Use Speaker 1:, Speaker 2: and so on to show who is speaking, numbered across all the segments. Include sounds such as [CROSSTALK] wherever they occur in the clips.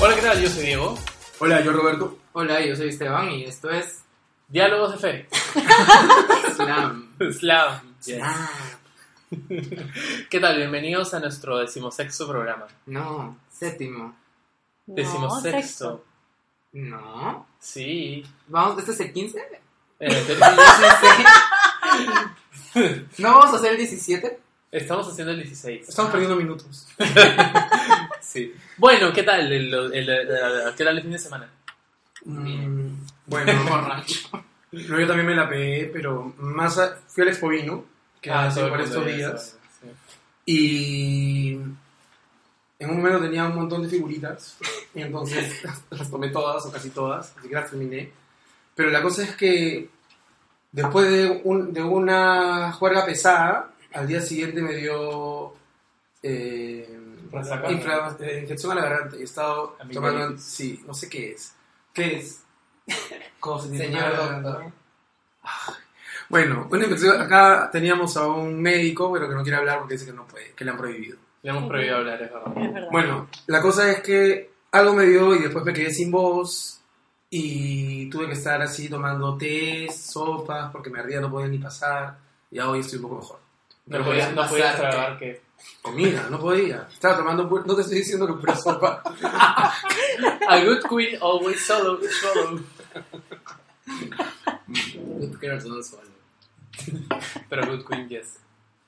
Speaker 1: Hola, ¿qué tal? Yo soy Diego.
Speaker 2: Hola, yo Roberto.
Speaker 3: Hola, yo soy Esteban y esto es
Speaker 1: Diálogos de [LAUGHS] Fe.
Speaker 3: Slam.
Speaker 1: Slam.
Speaker 3: Ah,
Speaker 1: ¿Qué tal? Bienvenidos a nuestro decimosexto programa.
Speaker 3: no, séptimo.
Speaker 1: Decimosexto.
Speaker 3: No.
Speaker 1: Sí.
Speaker 3: Vamos, ¿este es el 15?
Speaker 1: Eh, [LAUGHS] te-
Speaker 3: ¿No vamos a hacer el 17?
Speaker 1: Estamos haciendo el 16.
Speaker 2: Estamos perdiendo minutos.
Speaker 1: Sí. Bueno, ¿qué tal? El, el- el- el- ¿Qué tal el fin de semana?
Speaker 3: Bien.
Speaker 2: Mm, Bueno,
Speaker 3: [LAUGHS] borracho.
Speaker 2: no, yo también me la pegué, pero más a- fui al Expo Vino, que
Speaker 1: Ah,
Speaker 2: hace
Speaker 1: todo el
Speaker 2: por
Speaker 1: mundo
Speaker 2: estos
Speaker 1: ya
Speaker 2: días,
Speaker 1: sabe, sí.
Speaker 2: y en un momento tenía un montón de figuritas, y entonces [LAUGHS] las tomé todas o casi todas, así que las terminé. Pero la cosa es que después de, un- de una juerga pesada, al día siguiente me dio eh,
Speaker 1: Resaca.
Speaker 2: infra- eh, infección a la garganta y he estado
Speaker 1: Amigdalitis.
Speaker 2: tomando, sí, no sé qué es. ¿Qué es? [LAUGHS] ¿Cómo se dice?
Speaker 3: Señor
Speaker 2: Ah,
Speaker 3: doctor.
Speaker 2: Bueno, una infección- acá teníamos a un médico, pero que no quiere hablar porque dice que no puede, que le han prohibido.
Speaker 1: Le hemos prohibido hablar, es verdad.
Speaker 4: Es verdad.
Speaker 2: Bueno, la cosa es que algo me dio y después me quedé sin voz y tuve que estar así tomando té, sopas, porque me ardía, no podía ni pasar. Ya hoy estoy un poco mejor.
Speaker 1: No podías, no podías
Speaker 3: Bastante.
Speaker 1: tragar que...
Speaker 2: Comida, no podía. Estaba tomando, pu- no te estoy diciendo que pura sopa.
Speaker 1: A good queen always solo, solo. [LAUGHS]
Speaker 3: Good girls don't swallow.
Speaker 1: Pero good queen, yes.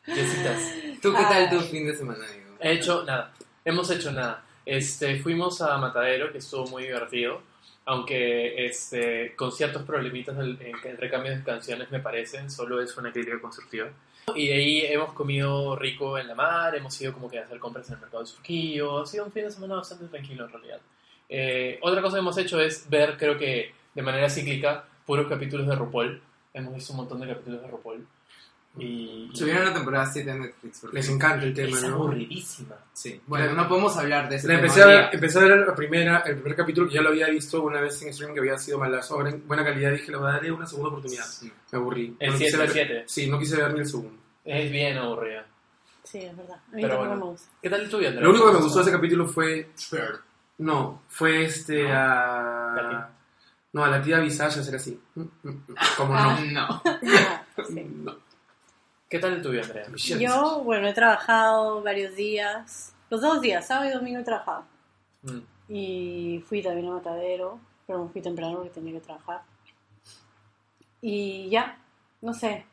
Speaker 1: Yesitas.
Speaker 3: ¿Tú qué tal tu fin de semana, Diego?
Speaker 1: He hecho nada. Hemos hecho nada. Este, fuimos a Matadero, que estuvo muy divertido. Aunque este, con ciertos problemitas del- en- entre cambios de canciones me parecen, solo es una crítica constructiva. Y de ahí hemos comido rico en la mar, hemos ido como que a hacer compras en el mercado de Surquillo, ha sido un fin de semana bastante tranquilo en realidad. Eh, otra cosa que hemos hecho es ver, creo que de manera cíclica, puros capítulos de RuPaul. Hemos visto un montón de capítulos de RuPaul. Y, y
Speaker 3: Subieron la temporada 7 en Netflix. Porque...
Speaker 2: Les encanta el tema,
Speaker 1: es
Speaker 2: ¿no?
Speaker 1: aburridísima.
Speaker 3: Sí. Bueno, no podemos hablar de eso.
Speaker 2: La empecé, a ver, empecé a ver la primera, el primer capítulo que ya lo había visto una vez en streaming que había sido malazo. Ahora en buena calidad dije, le voy a dar una segunda oportunidad. Me aburrí.
Speaker 1: El 7
Speaker 2: No quise
Speaker 1: el
Speaker 2: ver-
Speaker 1: 7.
Speaker 2: Sí, no quise ver ni el segundo.
Speaker 1: Es bien aburrida.
Speaker 4: Sí, es verdad. A mí
Speaker 1: Pero
Speaker 4: tampoco
Speaker 1: bueno.
Speaker 4: me gusta.
Speaker 1: ¿Qué tal el tuyo, Andrea?
Speaker 2: Lo único que me gustó de ese capítulo fue
Speaker 3: Pero
Speaker 2: No, fue este
Speaker 1: No. ¿La
Speaker 2: a.
Speaker 1: tía?
Speaker 2: No, a la tía Visaya será así. Mm, mm, mm. ¿Cómo no?
Speaker 3: Ah,
Speaker 4: Ah,
Speaker 3: no.
Speaker 4: Nada, sí.
Speaker 1: ¿Qué tal el tuyo, Andrea?
Speaker 2: Shit.
Speaker 4: Yo, bueno, he trabajado varios días. Los dos días, sábado y domingo he trabajado.
Speaker 1: Mm.
Speaker 4: Y fui también a Matadero, pero me fui temprano porque tenía que trabajar. Y ya, no sé.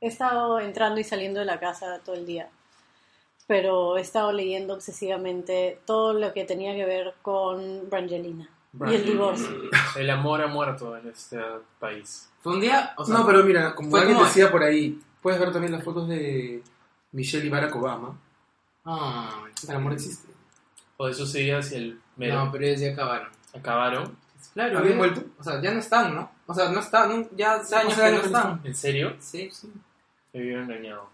Speaker 4: He estado entrando y saliendo de la casa todo el día. Pero he estado leyendo obsesivamente todo lo que tenía que ver con Brangelina y el divorcio.
Speaker 1: El amor ha muerto en este país.
Speaker 3: Fue un día. O sea,
Speaker 2: No, pero mira, como
Speaker 3: Fue
Speaker 2: alguien
Speaker 3: como-
Speaker 2: decía por ahí, puedes ver también las fotos de Michelle y Barack Obama.
Speaker 3: Ay,
Speaker 2: El amor existe.
Speaker 1: O de sus ideas y el mero
Speaker 3: No, pero ellos ya acabaron.
Speaker 1: acabaron.
Speaker 3: Claro.
Speaker 2: ¿Habían
Speaker 3: ya-
Speaker 2: vuelto?
Speaker 3: O sea, ya no están, ¿no? O sea, no están. no- Ya hace años
Speaker 2: sea,
Speaker 3: que no
Speaker 2: ya no
Speaker 3: están.
Speaker 1: ¿En serio?
Speaker 3: Sí, sí.
Speaker 1: Me vieron engañado.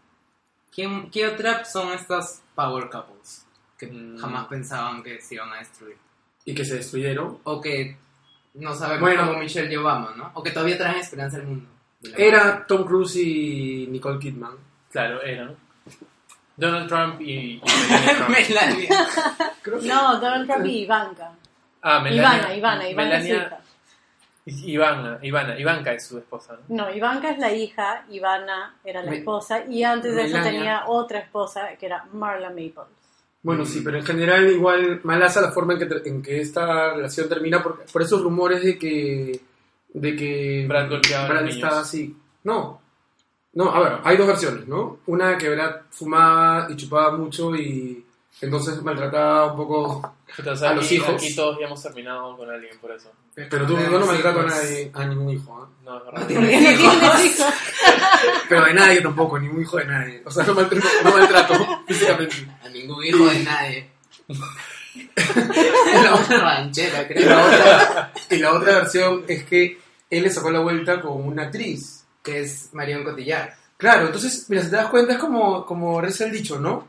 Speaker 3: ¿Qué, qué otra son estas power couples que
Speaker 1: Mm.
Speaker 3: jamás pensaban que se iban a destruir?
Speaker 2: Y que se destruyeron.
Speaker 3: O que no sabemos
Speaker 2: Bueno.
Speaker 3: cómo Michelle y Obama, ¿no? O que todavía traen esperanza al mundo.
Speaker 2: Era Tom Cruise y Nicole Kidman.
Speaker 1: Claro, eran. Donald Trump
Speaker 2: [LAUGHS]
Speaker 1: y, y
Speaker 3: [LAUGHS]
Speaker 1: Melania Trump.
Speaker 3: Melania.
Speaker 2: Creo que-
Speaker 4: No, Donald Trump y Ivanka.
Speaker 1: Ah,
Speaker 4: Ivana, Ivana, Ivana es su
Speaker 1: Melania-
Speaker 4: hija.
Speaker 1: Ivana, Ivana, Ivanka es su esposa. ¿no?
Speaker 4: No, Ivanka es la hija, Ivana era la
Speaker 2: Me-
Speaker 4: esposa y antes de eso
Speaker 2: Melania.
Speaker 4: tenía otra esposa que era Marla Maples.
Speaker 2: Bueno, sí, pero en general igual malaza la forma en que, ter- en que esta relación termina por, por esos rumores de que de que
Speaker 1: Brad golpeaba a
Speaker 2: Brad
Speaker 1: los niños.
Speaker 2: estaba así. No. No, a ver, hay dos versiones, ¿no? Una que Brad fumaba y chupaba mucho y Entonces maltrataba un poco.
Speaker 1: Puta, o sea,
Speaker 2: A los
Speaker 1: aquí-
Speaker 2: hijos.
Speaker 1: Aquí todos ya hemos terminado con alguien por eso.
Speaker 2: Pero tú yo no maltrato a nadie, a ningún hijo. ¿ah?
Speaker 1: No, es
Speaker 2: No
Speaker 1: verdad.
Speaker 2: tiene
Speaker 4: Porque no tienes hijos.
Speaker 2: Pero de nadie tampoco, ningún hijo de nadie. O sea, no maltrato, no maltrato [LAUGHS] físicamente.
Speaker 3: A ningún hijo de
Speaker 2: [LAUGHS]
Speaker 3: nadie. [LAUGHS]
Speaker 2: La
Speaker 3: Una ranchera,
Speaker 2: Y
Speaker 3: creo.
Speaker 2: la, otra, y la otra versión es que él le sacó la vuelta con una actriz.
Speaker 3: Que es Marion Cotillar.
Speaker 2: Claro, entonces, mira, si te das cuenta, es como, como reza el dicho, ¿no?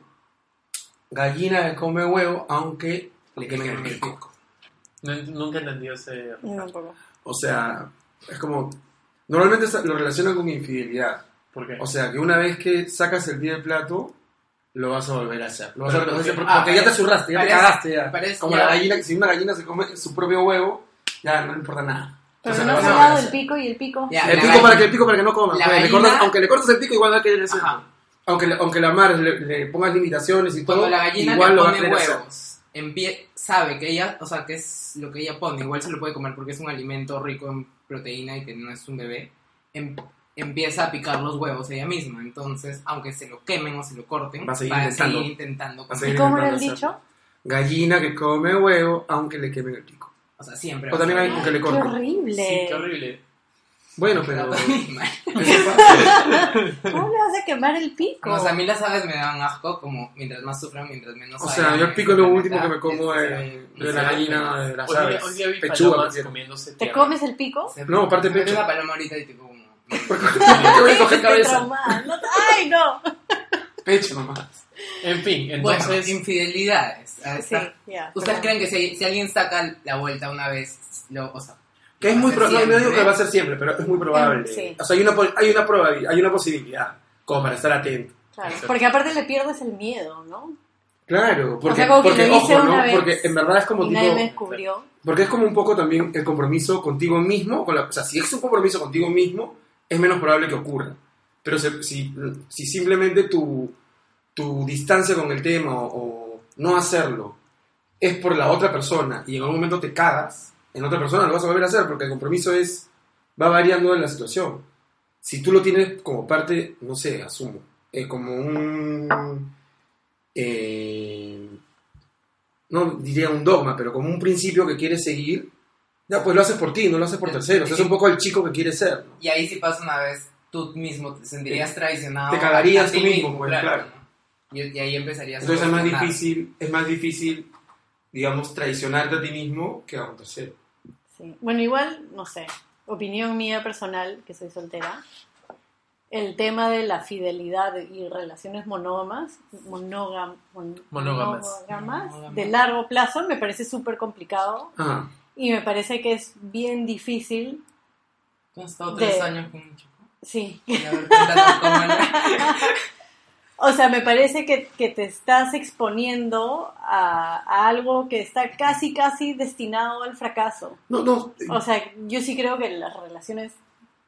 Speaker 2: Gallina que come huevo, aunque le quemen el pico.
Speaker 1: No- nunca entendí ese...
Speaker 4: No, tampoco.
Speaker 2: O sea, es como. Normalmente sa- lo relacionan con infidelidad.
Speaker 1: ¿Por qué?
Speaker 2: O sea, que una vez que sacas el pie del plato, lo vas a volver a hacer. Lo vas a
Speaker 1: Pero
Speaker 2: volver a hacer
Speaker 1: porque-
Speaker 2: porque, porque
Speaker 3: ah,
Speaker 2: ya te
Speaker 3: parece-
Speaker 2: zurraste, ya
Speaker 3: parece-
Speaker 2: te cagaste. Ya.
Speaker 3: parece-
Speaker 2: como
Speaker 3: ya.
Speaker 2: la gallina, que si una gallina se come su propio huevo, ya no le importa nada.
Speaker 4: Pero
Speaker 2: Entonces,
Speaker 4: no
Speaker 2: lo
Speaker 4: has
Speaker 2: vas a volver
Speaker 4: hablado
Speaker 2: a
Speaker 4: del
Speaker 2: hacer.
Speaker 4: pico y el pico.
Speaker 3: Ya,
Speaker 2: El
Speaker 3: la
Speaker 2: pico para
Speaker 3: gallina-
Speaker 2: que el pico para que no
Speaker 3: la
Speaker 2: coma. O sea, le
Speaker 3: gallina-
Speaker 2: cortas- aunque le cortes el pico, igual va a querer hacer.
Speaker 3: Ajá.
Speaker 2: Aunque, le- aunque la amarres, le, le pongas limitaciones y todo,
Speaker 3: Cuando la gallina
Speaker 2: igual
Speaker 3: le
Speaker 2: lo va a
Speaker 3: pone
Speaker 2: querer hacer.
Speaker 3: huevos, empie- sabe que ella, o sea, que es lo que ella pone, igual se lo puede comer porque es un alimento rico en proteína y que no es un bebé, em- empieza a picar los huevos ella misma. Entonces, aunque se lo quemen o se lo corten,
Speaker 2: Va
Speaker 3: va
Speaker 2: a
Speaker 3: a
Speaker 2: seguir
Speaker 3: seguir
Speaker 2: intentando.
Speaker 3: intentando
Speaker 2: Va a
Speaker 3: comer.
Speaker 2: seguir
Speaker 4: ¿Y cómo era el
Speaker 2: intentando hacer.
Speaker 4: dicho?
Speaker 2: Gallina que come huevo, aunque le quemen el pico.
Speaker 3: O sea, siempre.
Speaker 2: O Pues también hay aunque le
Speaker 4: Qué
Speaker 2: corten.
Speaker 4: horrible.
Speaker 1: Sí, qué horrible.
Speaker 2: Bueno, pero.
Speaker 3: Pero...
Speaker 4: ¿Cómo le vas a quemar el pico?
Speaker 3: Como a mí las aves me dan asco, como mientras más sufran, mientras menos
Speaker 2: O
Speaker 3: hayan
Speaker 2: sea, yo el
Speaker 3: en
Speaker 2: pico es
Speaker 3: este
Speaker 2: lo último que
Speaker 3: planeta,
Speaker 2: me como
Speaker 3: es-
Speaker 2: de,
Speaker 3: es-
Speaker 2: de la
Speaker 3: es-
Speaker 2: gallina de las
Speaker 1: Hoy día,
Speaker 2: aves.
Speaker 1: hoy día vi
Speaker 2: Pechuga,
Speaker 1: palomas
Speaker 2: prefiero.
Speaker 1: comiéndose
Speaker 4: ¿Te
Speaker 1: tierra.
Speaker 4: comes el pico?
Speaker 3: se-
Speaker 2: No, aparte
Speaker 3: me veo
Speaker 2: pecho.
Speaker 3: una paloma ahorita y tipo...
Speaker 2: [LAUGHS]
Speaker 3: como- [LAUGHS]
Speaker 2: Yo voy a coger
Speaker 4: Estoy
Speaker 2: cabeza.
Speaker 4: traumada. No te- ¡Ay, no!
Speaker 2: Pecho nomás.
Speaker 1: En fin,
Speaker 3: Bueno,
Speaker 1: entonces...
Speaker 3: infidelidades. A
Speaker 4: Sí,
Speaker 3: esta-
Speaker 4: ya.
Speaker 3: ¿Ustedes
Speaker 4: perdón.
Speaker 3: creen que si, si alguien saca la vuelta una vez, lo, o sea,
Speaker 2: Que es muy
Speaker 3: Va a ser
Speaker 2: probable. No digo
Speaker 3: siempre.
Speaker 2: que va a ser siempre, pero es muy probable.
Speaker 4: Sí.
Speaker 2: O sea, hay una, po- hay una probabilidad, hay una posibilidad. Como para estar atento.
Speaker 4: Claro, porque aparte le pierdes el miedo, ¿no?
Speaker 2: Claro, porque,
Speaker 4: como que
Speaker 2: porque
Speaker 4: lo hice
Speaker 2: ojo, ¿no?
Speaker 4: una vez
Speaker 2: Porque en verdad es como
Speaker 4: Y nadie
Speaker 2: tipo.
Speaker 4: me descubrió.
Speaker 2: Porque es como un poco también el compromiso contigo mismo. Con la, o sea, si es un compromiso contigo mismo, es menos probable que ocurra. Pero se- si, si simplemente tu, tu distancia con el tema o, o no hacerlo es por la otra persona y en algún momento te cagas, en otra persona lo vas a volver a hacer porque el compromiso es va variando en la situación. Si tú lo tienes como parte, no sé, asumo, eh, como un... eh, no diría un dogma, pero como un principio que quieres seguir, ya pues lo haces por ti, no lo haces por
Speaker 3: Sí.
Speaker 2: terceros. Es un poco el chico que quieres ser. ¿no?
Speaker 3: y ahí si pasa una vez, tú mismo te sentirías traicionado.
Speaker 2: te cagarías
Speaker 3: a ti
Speaker 2: tú mismo, pues, claro.
Speaker 3: ¿no? Y, y ahí empezarías
Speaker 2: Entonces es más
Speaker 3: cuestionar.
Speaker 2: difícil, es más difícil, digamos, traicionarte a ti mismo que a un tercero.
Speaker 4: Sí. Bueno, igual, no sé, opinión mía personal, que soy soltera, el tema de la fidelidad y relaciones monógamas, monógam- mon-
Speaker 1: Monógamas.
Speaker 4: monógamas,
Speaker 3: Monógamas.
Speaker 4: de largo plazo me parece súper complicado
Speaker 2: Ah,
Speaker 4: y me parece que es bien difícil,
Speaker 3: ¿Tú has estado tres
Speaker 4: De-
Speaker 3: años con un chico?
Speaker 4: sí.
Speaker 3: Y a ver, cuéntanos cómo era.
Speaker 4: O sea, me parece que, que te estás exponiendo a, a algo que está casi, casi destinado al fracaso.
Speaker 2: no, no.
Speaker 4: O sea, yo sí creo que las relaciones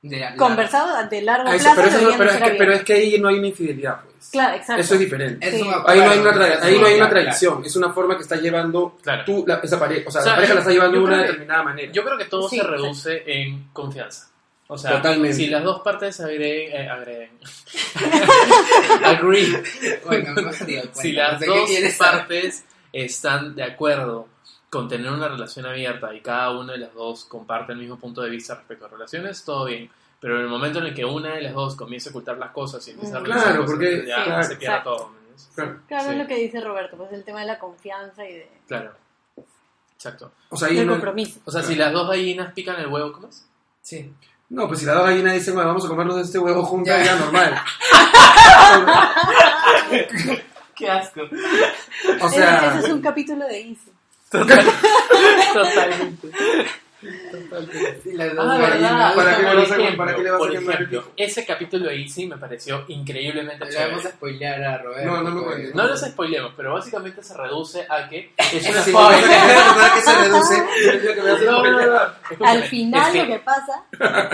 Speaker 3: De la- la-
Speaker 4: conversadas de largo
Speaker 2: ah, eso-
Speaker 4: plazo
Speaker 2: pero, eso no-
Speaker 4: deberían
Speaker 2: pero
Speaker 4: de
Speaker 2: es
Speaker 4: ser
Speaker 2: que, pero
Speaker 4: abiertas.
Speaker 2: es que ahí no hay una infidelidad, pues.
Speaker 4: Claro, exacto.
Speaker 2: Eso es diferente.
Speaker 3: Es
Speaker 4: Sí.
Speaker 3: un acuerdo,
Speaker 2: Ahí no hay una, tra- ahí no hay
Speaker 3: claro,
Speaker 2: una tradición, es una forma que está llevando
Speaker 1: Claro.
Speaker 2: tú, la, esa pareja, o sea,
Speaker 1: O sea,
Speaker 2: la pareja la está llevando
Speaker 1: yo
Speaker 2: de una
Speaker 1: creo que-
Speaker 2: determinada manera.
Speaker 1: Yo creo que todo
Speaker 4: Sí,
Speaker 1: se
Speaker 4: sí.
Speaker 1: reduce en confianza. O sea,
Speaker 2: Totalmente.
Speaker 1: si las dos partes agreguen, eh,
Speaker 3: [LAUGHS]
Speaker 1: agreguen. agree,
Speaker 3: claro. Bueno, no me digo,
Speaker 1: si
Speaker 3: bueno, no
Speaker 1: las
Speaker 3: sé qué
Speaker 1: dos
Speaker 3: quieres saber.
Speaker 1: partes están de acuerdo con tener una relación abierta y cada una de las dos comparte el mismo punto de vista respecto a relaciones, todo bien. Pero en el momento en el que una de las dos comienza a ocultar las cosas y empieza a
Speaker 4: Mm.
Speaker 1: realizar
Speaker 2: Claro,
Speaker 1: cosas,
Speaker 2: porque-
Speaker 1: ya
Speaker 2: claro.
Speaker 1: se pierde
Speaker 4: Exacto.
Speaker 1: todo. ¿no?
Speaker 2: Claro.
Speaker 4: Claro,
Speaker 1: Sí.
Speaker 4: es lo que dice Roberto, pues el tema de la confianza y de,
Speaker 1: Claro. Exacto.
Speaker 2: O sea, ahí
Speaker 4: del
Speaker 2: no,
Speaker 4: compromiso.
Speaker 1: O sea, si las dos gallinas pican el huevo, ¿cómo es?
Speaker 3: Sí.
Speaker 2: No, pues si las dos gallinas dicen, bueno, vamos a comernos este huevo juntos, ya,
Speaker 3: Ya.
Speaker 4: [LAUGHS]
Speaker 2: normal.
Speaker 3: Qué asco.
Speaker 2: O
Speaker 4: Eso-
Speaker 2: sea,
Speaker 4: eso es un capítulo de Easy.
Speaker 1: [LAUGHS] Totalmente.
Speaker 3: Si las dos
Speaker 1: Ah, ¿verdad?
Speaker 3: gallinas-
Speaker 2: ¿Para qué
Speaker 1: Por
Speaker 2: le vas a-
Speaker 1: ejemplo,
Speaker 2: para qué le vas a
Speaker 1: por
Speaker 2: quemar el
Speaker 1: ejemplo,
Speaker 2: pico?
Speaker 1: Ese capítulo ahí sí me pareció increíblemente
Speaker 3: Le vamos
Speaker 1: chévere.
Speaker 3: a spoilear a Roberto.
Speaker 2: No, no me
Speaker 3: pues.
Speaker 2: cuentes.
Speaker 1: No los spoilemos, pero básicamente se reduce a
Speaker 2: [LAUGHS]
Speaker 1: que es una
Speaker 2: sí,
Speaker 1: fábrica.
Speaker 2: es una persona que se reduce, yo creo que me
Speaker 4: [LAUGHS]
Speaker 2: hace
Speaker 1: No, no, no, no.
Speaker 4: Al
Speaker 1: Escúchame,
Speaker 4: final
Speaker 1: es
Speaker 4: lo que pasa,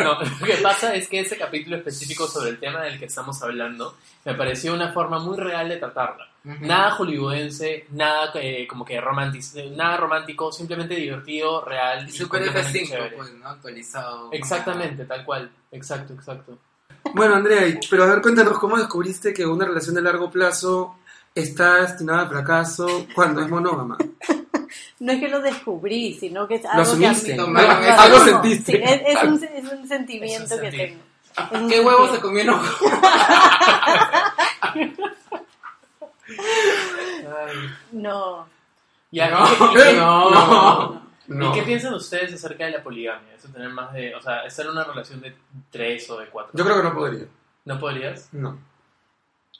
Speaker 1: no, lo que pasa es que ese capítulo específico sobre el tema del que estamos hablando me pareció una forma muy real de tratarla.
Speaker 3: Ujú.
Speaker 1: Nada hollywoodense, nada eh, como que romantic, nada romántico, simplemente divertido, real. y
Speaker 3: Super
Speaker 1: completamente
Speaker 3: F5,
Speaker 1: chévere.
Speaker 3: pues, ¿no? Actualizado.
Speaker 1: Exactamente, tal cual. Exacto, exacto.
Speaker 2: Bueno, Andrea, y- pero a ver, cuéntanos, ¿cómo descubriste que una relación de largo plazo está destinada al fracaso cuando es [LAUGHS] monógama.
Speaker 4: No es que lo descubrí, sino que es
Speaker 2: Lo
Speaker 4: algo
Speaker 2: asumiste.
Speaker 4: que a mí-
Speaker 3: No, no,
Speaker 4: Lo
Speaker 3: algo
Speaker 4: asumo.
Speaker 2: sentiste.
Speaker 4: Sí, es, es un, es un sentimiento que
Speaker 1: sentir.
Speaker 4: tengo. Es un
Speaker 3: ¿Qué huevo se
Speaker 4: sentimiento.
Speaker 3: comió no?
Speaker 1: Ay.
Speaker 4: No.
Speaker 1: Ya,
Speaker 3: No,
Speaker 2: [LAUGHS]
Speaker 1: ¿y qué-
Speaker 3: no.
Speaker 2: No.
Speaker 1: ¿Y qué piensan ustedes acerca de la poligamia? Eso tener más de, o sea, estar en una relación de tres o de cuatro.
Speaker 2: Yo creo que no podría.
Speaker 1: ¿No podrías?
Speaker 2: No.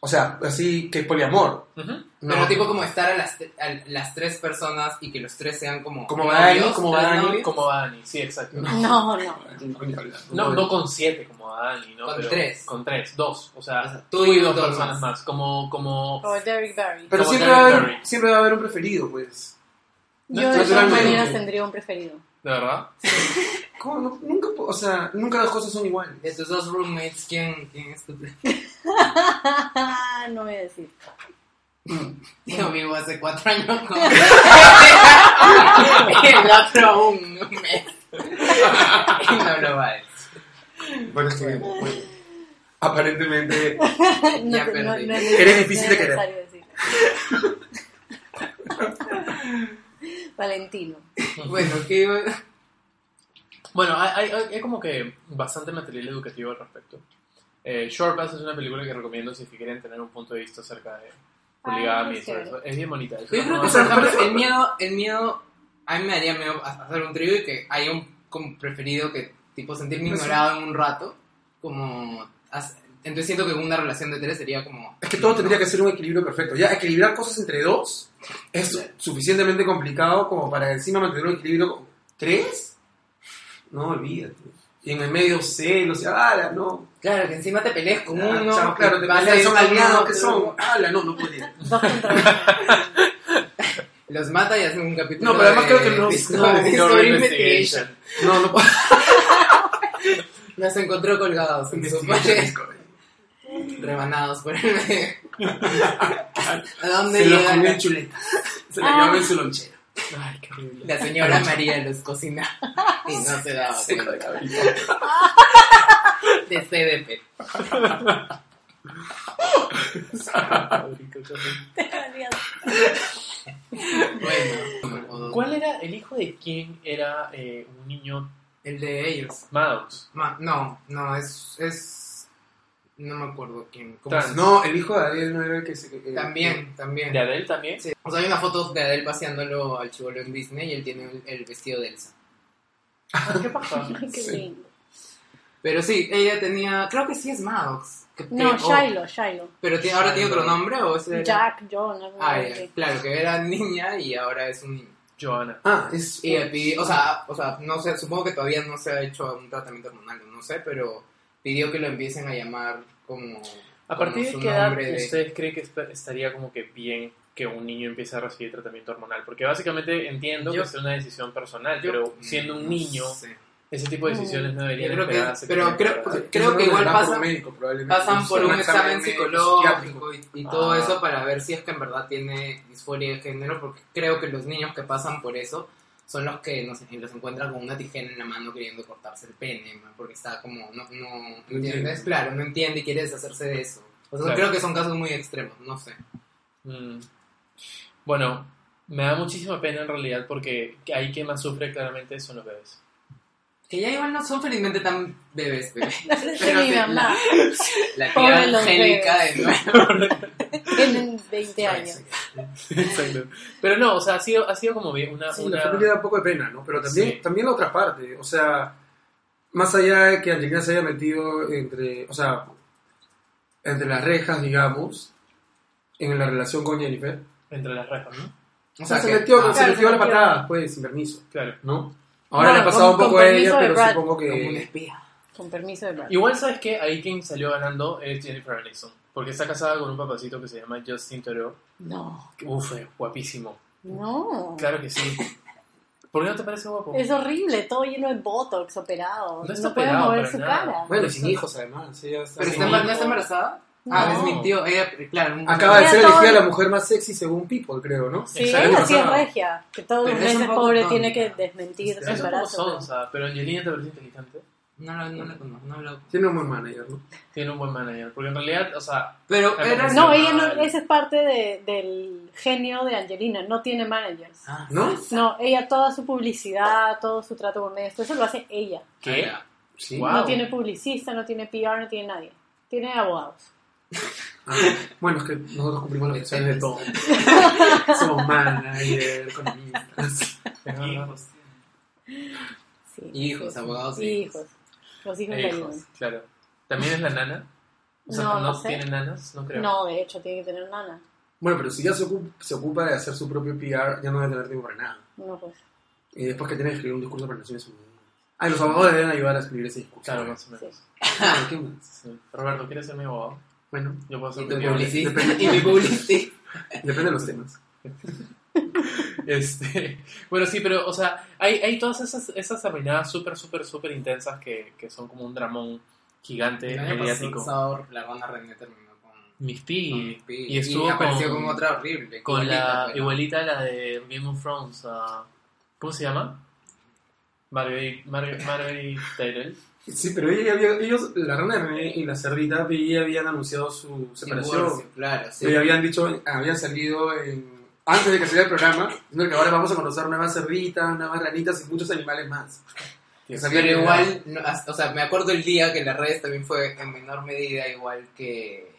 Speaker 2: O sea, así que poliamor.
Speaker 1: Ujú.
Speaker 2: No.
Speaker 3: Pero tipo como estar a las, te- a las tres personas y que los tres sean como...
Speaker 2: Como Dani, como
Speaker 3: tres
Speaker 2: Dani,
Speaker 3: novios,
Speaker 1: Como Dani, sí, exacto. No,
Speaker 4: No, no.
Speaker 2: No, ni hablar.
Speaker 1: no, con siete como Dani, ¿no?
Speaker 3: Con
Speaker 1: Pero
Speaker 3: tres.
Speaker 1: Con tres, dos. O sea,
Speaker 3: O sea,
Speaker 1: tú y dos personas más. Como, como...
Speaker 4: O Derrick Barry.
Speaker 2: Pero
Speaker 1: Como
Speaker 2: siempre va,
Speaker 1: Derek
Speaker 2: a haber,
Speaker 1: Barry.
Speaker 2: siempre va a haber un preferido, pues.
Speaker 1: No,
Speaker 4: Yo de todas
Speaker 2: naturalmente.
Speaker 4: maneras tendría un preferido. [LAUGHS]
Speaker 1: ¿De verdad?
Speaker 2: ¿Cómo? No- nunca, po- o sea, nunca las cosas son iguales.
Speaker 3: De tus dos roommates, ¿quién, quién es tu...
Speaker 4: no voy a decir.
Speaker 3: Yo vivo hace cuatro años con... [LAUGHS] el otro un mes. [LAUGHS] y no lo va a decir.
Speaker 2: Bueno, es que bueno, aparentemente
Speaker 4: No,
Speaker 3: Ya
Speaker 4: te- no-
Speaker 3: perdí.
Speaker 4: no es
Speaker 2: Eres difícil de querer.
Speaker 4: necesario decir. [LAUGHS] Valentino.
Speaker 3: Bueno, ¿qué iba?
Speaker 1: Bueno, hay, hay- hay- hay como que bastante material educativo al respecto. Eh, Short Pass es una película que recomiendo si es que quieren tener un punto de vista acerca de poligamia. y
Speaker 4: Ah, es
Speaker 1: todo
Speaker 4: chévere.
Speaker 1: eso. es bien bonita. es
Speaker 3: Yo
Speaker 1: una
Speaker 3: creo que,
Speaker 1: nueva-
Speaker 3: por ejemplo, el miedo, el miedo... A mí me daría miedo ha- hacer un trío y que haya un como preferido que, tipo, sentirme
Speaker 2: Pues sí.
Speaker 3: ignorado en un rato. Como... hace- Entonces siento que una relación de tres sería como...
Speaker 2: es que todo tendría que ser un equilibrio perfecto. Ya equilibrar cosas entre dos es suficientemente complicado como para encima mantener un equilibrio con tres. No, olvídate. Y en el medio celos, y ala, no.
Speaker 3: Claro, que encima te pelees con
Speaker 2: Ah,
Speaker 3: uno.
Speaker 2: chao, claro, te
Speaker 3: vas a
Speaker 2: pensás que
Speaker 3: ir
Speaker 2: son
Speaker 3: con
Speaker 2: aliados, que
Speaker 3: otro.
Speaker 2: son. Ala, no, no podría.
Speaker 4: Dos contra [LAUGHS] uno.
Speaker 3: Los mata y hacen un capítulo.
Speaker 2: No, pero además
Speaker 3: de-
Speaker 2: creo
Speaker 3: [LAUGHS]
Speaker 2: que no-
Speaker 3: de-
Speaker 2: no,
Speaker 3: de- de-
Speaker 1: Your
Speaker 3: de-
Speaker 1: Investigation.
Speaker 2: No,
Speaker 3: [LAUGHS]
Speaker 2: no podría.
Speaker 3: Los encontró colgados en su coche, rebanados por el
Speaker 2: [LAUGHS]
Speaker 3: medio. ¿A dónde
Speaker 2: Se los
Speaker 3: llega
Speaker 2: comió en
Speaker 3: la, Ah.
Speaker 2: chuletas. Se los llevaba en su lonchera.
Speaker 1: Ay, qué horrible.
Speaker 3: la
Speaker 2: [LAUGHS]
Speaker 3: señora María los cocina? Y no se daba
Speaker 2: Seco de
Speaker 3: cuenta
Speaker 2: cabello.
Speaker 3: de CDP. Bueno,
Speaker 1: ¿Cuál era el hijo de quién era eh, un niño
Speaker 3: el de ellos.
Speaker 1: Maddox?
Speaker 3: Ma- no, no, es, es. No me acuerdo quién. ¿Cómo
Speaker 1: Trans.
Speaker 3: se-
Speaker 2: No, el hijo de Ariel no era el que se. eh,
Speaker 3: También, también.
Speaker 1: ¿De Adele también?
Speaker 3: Sí. O sea, hay una foto de Adele paseándolo al chivolo en Disney y él tiene el, el vestido de Elsa.
Speaker 1: ¿Qué pasa?
Speaker 4: Ay, Qué lindo.
Speaker 3: Pero sí, ella tenía. Creo que sí es Maddox. que-
Speaker 4: No,
Speaker 3: que- oh,
Speaker 4: Shiloh, Shiloh.
Speaker 3: pero ti- ahora tiene otro nombre o es. el-
Speaker 4: Jack, John, algo
Speaker 3: Ah,
Speaker 4: así.
Speaker 3: ya,
Speaker 4: [LAUGHS]
Speaker 3: claro, que era niña y ahora es un niño.
Speaker 1: Joana.
Speaker 2: Ah, es.
Speaker 3: Y le pidi- o sea, o sea, no sé, supongo que todavía no se ha hecho un tratamiento hormonal, no sé, pero pidió que lo empiecen a llamar como.
Speaker 1: ¿A
Speaker 3: como
Speaker 1: partir
Speaker 3: su
Speaker 1: de qué edad
Speaker 3: nombre de-
Speaker 1: ustedes creen que esta- estaría como que bien que un niño empiece a recibir tratamiento hormonal? Porque básicamente entiendo
Speaker 3: Yo-
Speaker 1: que es una decisión personal,
Speaker 3: Yo-
Speaker 1: pero siendo un
Speaker 3: no
Speaker 1: niño,
Speaker 3: sé.
Speaker 1: ese tipo de decisiones no deberían
Speaker 3: Yo creo que-
Speaker 1: esperarse.
Speaker 3: pero
Speaker 1: tengan
Speaker 3: creo-
Speaker 1: edad.
Speaker 3: creo
Speaker 2: Eso
Speaker 3: que
Speaker 2: no
Speaker 3: igual
Speaker 2: lo hará por
Speaker 3: pasan-
Speaker 2: médico, probablemente.
Speaker 3: pasan por
Speaker 2: Sí,
Speaker 3: un examen
Speaker 2: psiquiátrico.
Speaker 3: psicológico y, y todo
Speaker 1: Ah.
Speaker 3: eso para ver si es que en verdad tiene disforia de género, porque creo que los niños que pasan por eso son los que no sé, los encuentran con una tijera en la mano queriendo cortarse el pene, ¿no? porque está como, no, no, ¿entiendes?
Speaker 2: entiendo.
Speaker 3: Claro, no entiende y quiere deshacerse de eso. O sea,
Speaker 1: Claro.
Speaker 3: creo que son casos muy extremos, no sé.
Speaker 1: Mm. Bueno, me da muchísima pena en realidad porque ahí quien más sufre claramente son los bebés.
Speaker 3: [LAUGHS] Que ya igual no son felizmente tan bebés,
Speaker 4: [LAUGHS]
Speaker 3: bebé.
Speaker 4: De mi
Speaker 3: sí,
Speaker 4: mamá.
Speaker 3: La tía
Speaker 4: Pobre los
Speaker 3: angélica de
Speaker 4: Tienen 20 años.
Speaker 1: Exacto. Pero no, o sea, ha sido, ha sido como bien una...
Speaker 2: Sí,
Speaker 1: una-
Speaker 2: la familia da un poco de pena, ¿no? Pero también,
Speaker 1: Sí.
Speaker 2: también la otra parte, o sea, más allá de que Angelina se haya metido entre, o sea, entre las rejas, digamos, en la relación con Jennifer,
Speaker 1: Entre las rejas, ¿no?
Speaker 3: O
Speaker 2: o
Speaker 3: sea,
Speaker 2: sea, se
Speaker 3: que-
Speaker 2: metió,
Speaker 3: ah,
Speaker 2: se
Speaker 4: claro,
Speaker 2: metió a
Speaker 4: se
Speaker 2: la
Speaker 4: metió.
Speaker 2: patada, pues, sin permiso,
Speaker 1: Claro.
Speaker 2: ¿no? Ahora
Speaker 4: Bueno,
Speaker 2: le ha pasado
Speaker 4: con-
Speaker 2: un poco
Speaker 4: con
Speaker 2: a
Speaker 4: permiso
Speaker 2: ella,
Speaker 4: de
Speaker 2: pero
Speaker 4: Brad.
Speaker 2: supongo
Speaker 3: como una
Speaker 2: que...
Speaker 3: espía.
Speaker 4: Con permiso de Brad.
Speaker 1: Igual sabes que ahí quien salió ganando es Jennifer Aniston. Porque está casada con un papacito que se llama Justin Theroux.
Speaker 4: No.
Speaker 1: Uf, es guapísimo.
Speaker 4: No.
Speaker 1: Claro que sí. ¿Por qué no te parece guapo?
Speaker 4: Es horrible, todo lleno de botox operado.
Speaker 1: No está
Speaker 4: puede
Speaker 1: operado
Speaker 4: mover
Speaker 1: para
Speaker 4: su
Speaker 1: nada.
Speaker 4: cara.
Speaker 2: Bueno, sin hijos, además. ella está-
Speaker 3: ¿Pero
Speaker 1: Sí.
Speaker 3: está embar- no está embarazada? Ah,
Speaker 4: No.
Speaker 3: es mi tío. Ella, claro. un-
Speaker 2: Acaba de
Speaker 4: Mira,
Speaker 2: ser
Speaker 4: todo-
Speaker 2: elegida la mujer más sexy según People, creo, ¿no?
Speaker 4: Sí,
Speaker 1: Exacto.
Speaker 4: ella sí es
Speaker 2: Pasado.
Speaker 4: regia. Que todos
Speaker 3: Pero
Speaker 4: los
Speaker 3: es un
Speaker 4: meses
Speaker 3: poco
Speaker 4: pobre
Speaker 3: tonta.
Speaker 4: tiene que desmentir su
Speaker 1: Es un poco
Speaker 4: embarazo.
Speaker 1: sonsa, pero Angelina te parece inteligente.
Speaker 3: No, la- no la conozco, no he hablado.
Speaker 2: Tiene un buen manager, ¿no?
Speaker 1: Tiene un buen manager. Porque en realidad, o sea,
Speaker 3: Pero
Speaker 1: Claro,
Speaker 3: era.
Speaker 1: no.
Speaker 4: No, ella no, esa es parte de- del genio de Angelina, no tiene managers.
Speaker 3: Ah,
Speaker 2: ¿No?
Speaker 4: No, ella toda su publicidad, todo su trato con esto, eso lo hace ella.
Speaker 1: ¿qué?
Speaker 3: Ah,
Speaker 2: Sí.
Speaker 1: Guau.
Speaker 4: No tiene publicista, no tiene PR, no tiene nadie. Tiene abogados.
Speaker 2: Ah, bueno, es que nosotros cumplimos las funciones de todo. [LAUGHS] Somos manager, economistas.
Speaker 1: Es verdad.
Speaker 3: Hijos.
Speaker 4: Sí.
Speaker 3: Hijos, abogados.
Speaker 4: Sí, hijos. Los hijos
Speaker 1: E
Speaker 4: le
Speaker 1: hijos,
Speaker 4: ayudan.
Speaker 1: claro. ¿También es la nana? O sea,
Speaker 4: No,
Speaker 1: no,
Speaker 4: no sé.
Speaker 1: tiene nanas, no creo.
Speaker 4: No, de hecho, tiene que tener nana.
Speaker 2: Bueno, pero si ya se ocupa, se ocupa de hacer su propio PR, ya no debe tener tiempo para nada.
Speaker 4: No, pues.
Speaker 2: Y después que tiene que escribir un discurso para Naciones Unidas. Ah, y los abogados deben ayudar a escribir ese discurso.
Speaker 1: Claro, más o menos.
Speaker 2: Claro, ¿qué más?
Speaker 1: Sí. Roberto, ¿quieres ser mi abogado?
Speaker 2: Bueno,
Speaker 1: Yo puedo ser
Speaker 3: Y
Speaker 1: tu
Speaker 3: tu
Speaker 1: tío.
Speaker 3: publicista.
Speaker 2: Depende.
Speaker 3: Y mi publicista.
Speaker 2: depende de los temas.
Speaker 1: [LAUGHS] Este, bueno, sí, pero, o sea, hay, hay todas esas, esas arruinadas súper, súper, súper intensas que, que son como un dramón gigante
Speaker 3: El año
Speaker 1: mediático.
Speaker 3: pasado, la banda René terminó con.
Speaker 1: Miss Piggy.
Speaker 3: con Pi.
Speaker 1: Y estuvo
Speaker 3: apareció
Speaker 1: con,
Speaker 3: con otra horrible.
Speaker 1: con la
Speaker 3: igualita, pues,
Speaker 1: igualita a la de Game of Thrones. ah, ¿Cómo se llama? Marguerite, Marguerite, Tyrell.
Speaker 2: Sí, pero ella había- ellos, la rana de René y la cerdita, Piggy habían anunciado su
Speaker 3: pero-
Speaker 2: separación.
Speaker 3: Divorcio, Claro, sí.
Speaker 2: Y habían dicho, habían salido en- antes de que saliera el programa, diciendo que ahora vamos a conocer nuevas cerditas, nuevas ranitas y muchos animales más. Que sabían
Speaker 3: Pero
Speaker 2: que-
Speaker 3: igual, no, as- o sea, me acuerdo el día que las redes también fue en menor medida igual que,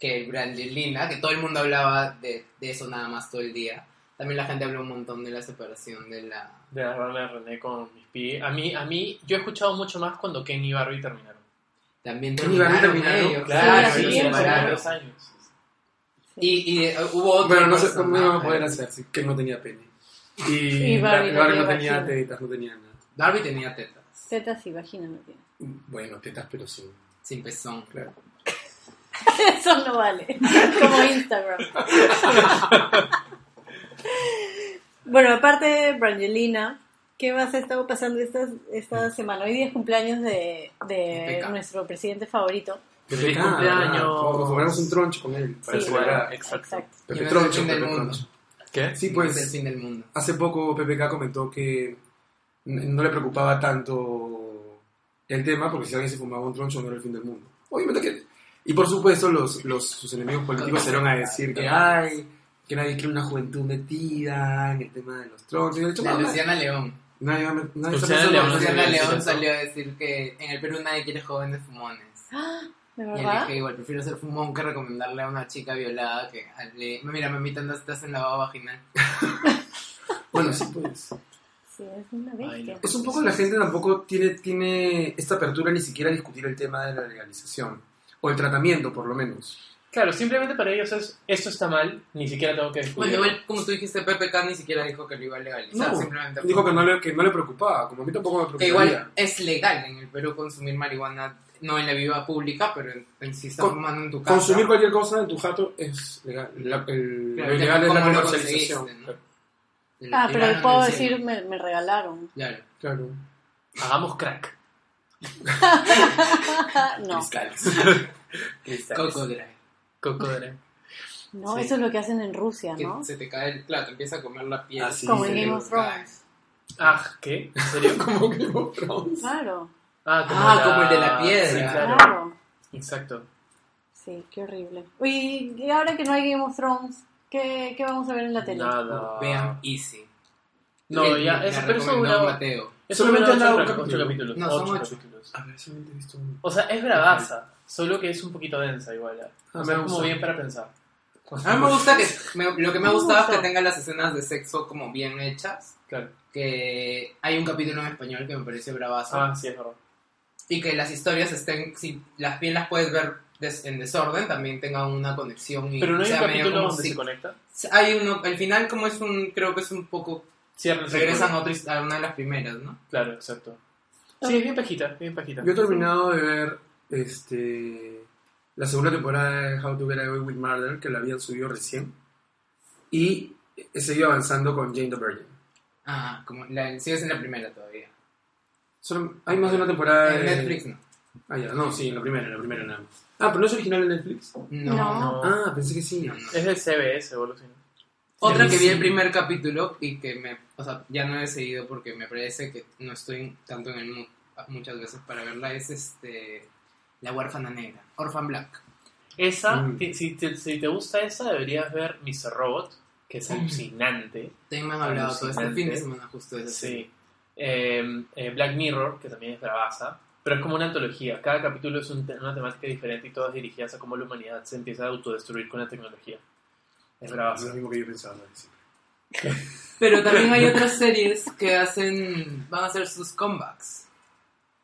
Speaker 3: que Brangelina, que todo el mundo hablaba de, de eso nada más todo el día. También la gente habló un montón de la separación de la...
Speaker 1: De la rana de René con Miss Piggy. A mí, a mí, yo he escuchado mucho más cuando Ken y Barbie terminaron.
Speaker 3: También
Speaker 2: Y van a
Speaker 3: terminaron
Speaker 2: terminar, ¿no?
Speaker 3: ellos,
Speaker 4: Claro,
Speaker 3: se
Speaker 4: sí,
Speaker 1: ellos se
Speaker 4: sí,
Speaker 1: separaron
Speaker 3: separaron.
Speaker 1: dos años.
Speaker 3: Y, y, eh, hubo otro
Speaker 2: Bueno, no sé cómo
Speaker 3: personaje.
Speaker 2: iban a poder hacer, sí, que no tenía pene. Y,
Speaker 4: Y Barbie
Speaker 2: Bar- Barbie
Speaker 4: no
Speaker 2: no
Speaker 4: tenía
Speaker 2: tenía
Speaker 4: vagina.
Speaker 2: tetas, no tenía nada.
Speaker 3: Barbie tenía tetas,
Speaker 4: Tetas y vagina no tiene. [LAUGHS]
Speaker 2: Bueno, tetas, pero sí.
Speaker 3: sin pezón.
Speaker 2: Claro.
Speaker 4: Eso no vale. [LAUGHS] Como Instagram. [LAUGHS] bueno, aparte, Brangelina, ¿qué más ha estado pasando esta, esta semana? Hoy día es cumpleaños de, de
Speaker 3: Peca.
Speaker 4: nuestro presidente favorito.
Speaker 1: ¡Feliz
Speaker 2: Nada,
Speaker 1: cumpleaños!
Speaker 2: nada. Como cobramos un troncho con él. Para
Speaker 4: Sí.
Speaker 2: celebrar.
Speaker 1: Exacto.
Speaker 2: Pepe
Speaker 3: Y no es el
Speaker 2: Troncho,
Speaker 3: fin del
Speaker 2: Pepe
Speaker 3: mundo.
Speaker 2: Troncho.
Speaker 1: ¿Qué?
Speaker 2: Sí,
Speaker 3: Es el
Speaker 2: pues
Speaker 3: fin del mundo.
Speaker 2: hace poco PPK comentó que n- no le preocupaba tanto el tema porque si alguien se fumaba un troncho no era el fin del mundo. Obviamente que... Y por supuesto los, los- sus enemigos políticos salieron a decir que ay, que nadie quiere una juventud metida en el tema de los tronchos. Y yo he dicho,
Speaker 3: De
Speaker 2: "No, no,
Speaker 3: Luciana León.
Speaker 2: nadie va a met- nadie está
Speaker 1: Luciana
Speaker 2: pensando en
Speaker 1: León,
Speaker 2: los
Speaker 3: Luciana
Speaker 2: tronchos".
Speaker 3: León
Speaker 1: exacto.
Speaker 3: salió a decir que en el Perú nadie quiere jóvenes fumones.
Speaker 4: ¿De
Speaker 3: Y
Speaker 4: verdad?
Speaker 3: elige igual, prefiero ser fumón que recomendarle a una chica violada que le, mira, mamita, andas, estás en lavado vaginal.
Speaker 2: Bueno, sí, pues.
Speaker 4: Sí, es una bestia.
Speaker 2: Es un poco la gente tampoco tiene, tiene esta apertura ni siquiera a discutir el tema de la legalización. O el tratamiento, por lo menos.
Speaker 1: Claro, simplemente para ellos es, esto está mal, ni siquiera tengo que discutir.
Speaker 3: Bueno, igual, como tú dijiste, PPK ni siquiera dijo que lo iba a legalizar,
Speaker 2: No,
Speaker 3: simplemente
Speaker 2: dijo que no, le, que no le preocupaba, como a mí tampoco me
Speaker 3: que
Speaker 2: preocuparía.
Speaker 3: igual es legal en el Perú consumir marihuana, no en la viva pública, pero en, en si estás
Speaker 2: Con-
Speaker 3: fumando en tu casa.
Speaker 2: Consumir cualquier cosa en tu jato es legal. La- el,
Speaker 3: Claro, ya
Speaker 2: lo ilegal es la
Speaker 3: cómo lo
Speaker 2: comercialización.
Speaker 3: conseguiste, el-
Speaker 4: Ah,
Speaker 3: el
Speaker 4: pero
Speaker 3: ano
Speaker 4: puedo
Speaker 3: del cielo.
Speaker 4: decir, me,
Speaker 3: [LAUGHS]
Speaker 4: me regalaron. [LAUGHS]
Speaker 3: Claro.
Speaker 2: Claro.
Speaker 1: Hagamos crack.
Speaker 4: Ah,
Speaker 3: [LAUGHS]
Speaker 4: no,
Speaker 3: Cristales.
Speaker 1: Cristales.
Speaker 3: Coco Drive.
Speaker 1: Cocodre.
Speaker 4: no,
Speaker 3: Sí.
Speaker 4: eso es lo que hacen en Rusia,
Speaker 3: Que
Speaker 4: ¿no?
Speaker 3: se te cae el plato, empieza a comer la piel.
Speaker 2: Ah, sí,
Speaker 4: Como
Speaker 2: sí,
Speaker 4: en
Speaker 2: sí.
Speaker 4: Game of Thrones.
Speaker 1: Ah, ¿qué? ¿En
Speaker 3: [LAUGHS]
Speaker 1: serio?
Speaker 2: Como Game of Thrones.
Speaker 4: Claro,
Speaker 1: Ah, como,
Speaker 3: Ah,
Speaker 1: la-
Speaker 3: como el de la piedra.
Speaker 1: Sí, claro.
Speaker 4: claro.
Speaker 1: Exacto.
Speaker 4: Sí, qué horrible. Oye, Y ahora que no hay Game of Thrones, ¿qué, qué vamos a ver en la tele?
Speaker 1: Nada.
Speaker 3: Vean Easy.
Speaker 1: No,
Speaker 3: Le-
Speaker 1: ya,
Speaker 3: le
Speaker 1: eso, pero eso
Speaker 3: recomendó
Speaker 1: dura-
Speaker 3: Mateo.
Speaker 1: eso dura
Speaker 2: Solamente han dado
Speaker 1: ocho
Speaker 2: un
Speaker 1: cap-
Speaker 2: capítulo.
Speaker 1: ocho capítulos.
Speaker 3: No, son ocho.
Speaker 1: capítulos.
Speaker 2: A ver, solamente he visto uno.
Speaker 1: O sea, es bravaza, solo que es un poquito densa igual.
Speaker 2: Ah,
Speaker 1: O
Speaker 2: me
Speaker 1: sea, es como
Speaker 2: gusta.
Speaker 1: bien para pensar. Ah,
Speaker 3: A mí me gusta que. me- lo que me ha
Speaker 4: Me
Speaker 3: gustado es
Speaker 4: gusta.
Speaker 3: que tenga las escenas de sexo como bien hechas.
Speaker 1: Claro.
Speaker 3: Que hay un capítulo en español que me pareció bravazo.
Speaker 1: Ah, sí, es verdad.
Speaker 3: Y que las historias estén. Si las bien las puedes ver des- en desorden, también tengan una conexión. Y
Speaker 1: Pero no hay un
Speaker 3: sea medio
Speaker 1: capítulo
Speaker 3: como
Speaker 1: donde
Speaker 3: si-
Speaker 1: se conecta.
Speaker 3: Hay uno. Al final, como es un. Creo que es un poco.
Speaker 1: Cierra el
Speaker 3: Regresan
Speaker 1: círculo.
Speaker 3: a, otra his- a una de las primeras, ¿no?
Speaker 1: Claro, exacto. Sí, es bien pajita, bien pajita.
Speaker 2: Yo he terminado de ver este, la segunda temporada de How to Get Away with Murder, que la habían subido recién. Y he seguido avanzando con Jane the Virgin.
Speaker 3: Ah, como. La, sigues en la primera todavía.
Speaker 2: Solo- hay más de una temporada
Speaker 3: En
Speaker 2: de-
Speaker 3: Netflix no.
Speaker 2: Ah, ya, no, sí, en la primera, en la primera nada más. Ah, pero no es original en Netflix.
Speaker 3: No.
Speaker 4: No.
Speaker 1: No.
Speaker 2: Ah, pensé que sí.
Speaker 3: no, no.
Speaker 1: Es de CBS, boludo. sí.
Speaker 3: Otra que vi
Speaker 2: Sí.
Speaker 3: el primer capítulo y que me, o sea, ya no he seguido porque me parece que no estoy tanto en el mood muchas veces para verla es este La huérfana negra, Orphan Black.
Speaker 1: Esa,
Speaker 2: Mm.
Speaker 1: ti- si, te, si te gusta esa, deberías ver Mr. Robot, que es alucinante.
Speaker 3: También
Speaker 2: Ah,
Speaker 3: me han hablado todo este
Speaker 1: Alucinante.
Speaker 3: fin de semana justo de esa serie.
Speaker 1: Sí. Eh, eh, Black Mirror, que también es bravaza, pero es como una antología. Cada capítulo es un te- una temática diferente y todas dirigidas a cómo la humanidad se empieza a autodestruir con la tecnología. Es
Speaker 2: Es lo
Speaker 1: bravaza.
Speaker 2: mismo que yo pensaba. sí.
Speaker 3: Pero también hay otras series que hacen, van a hacer sus comebacks.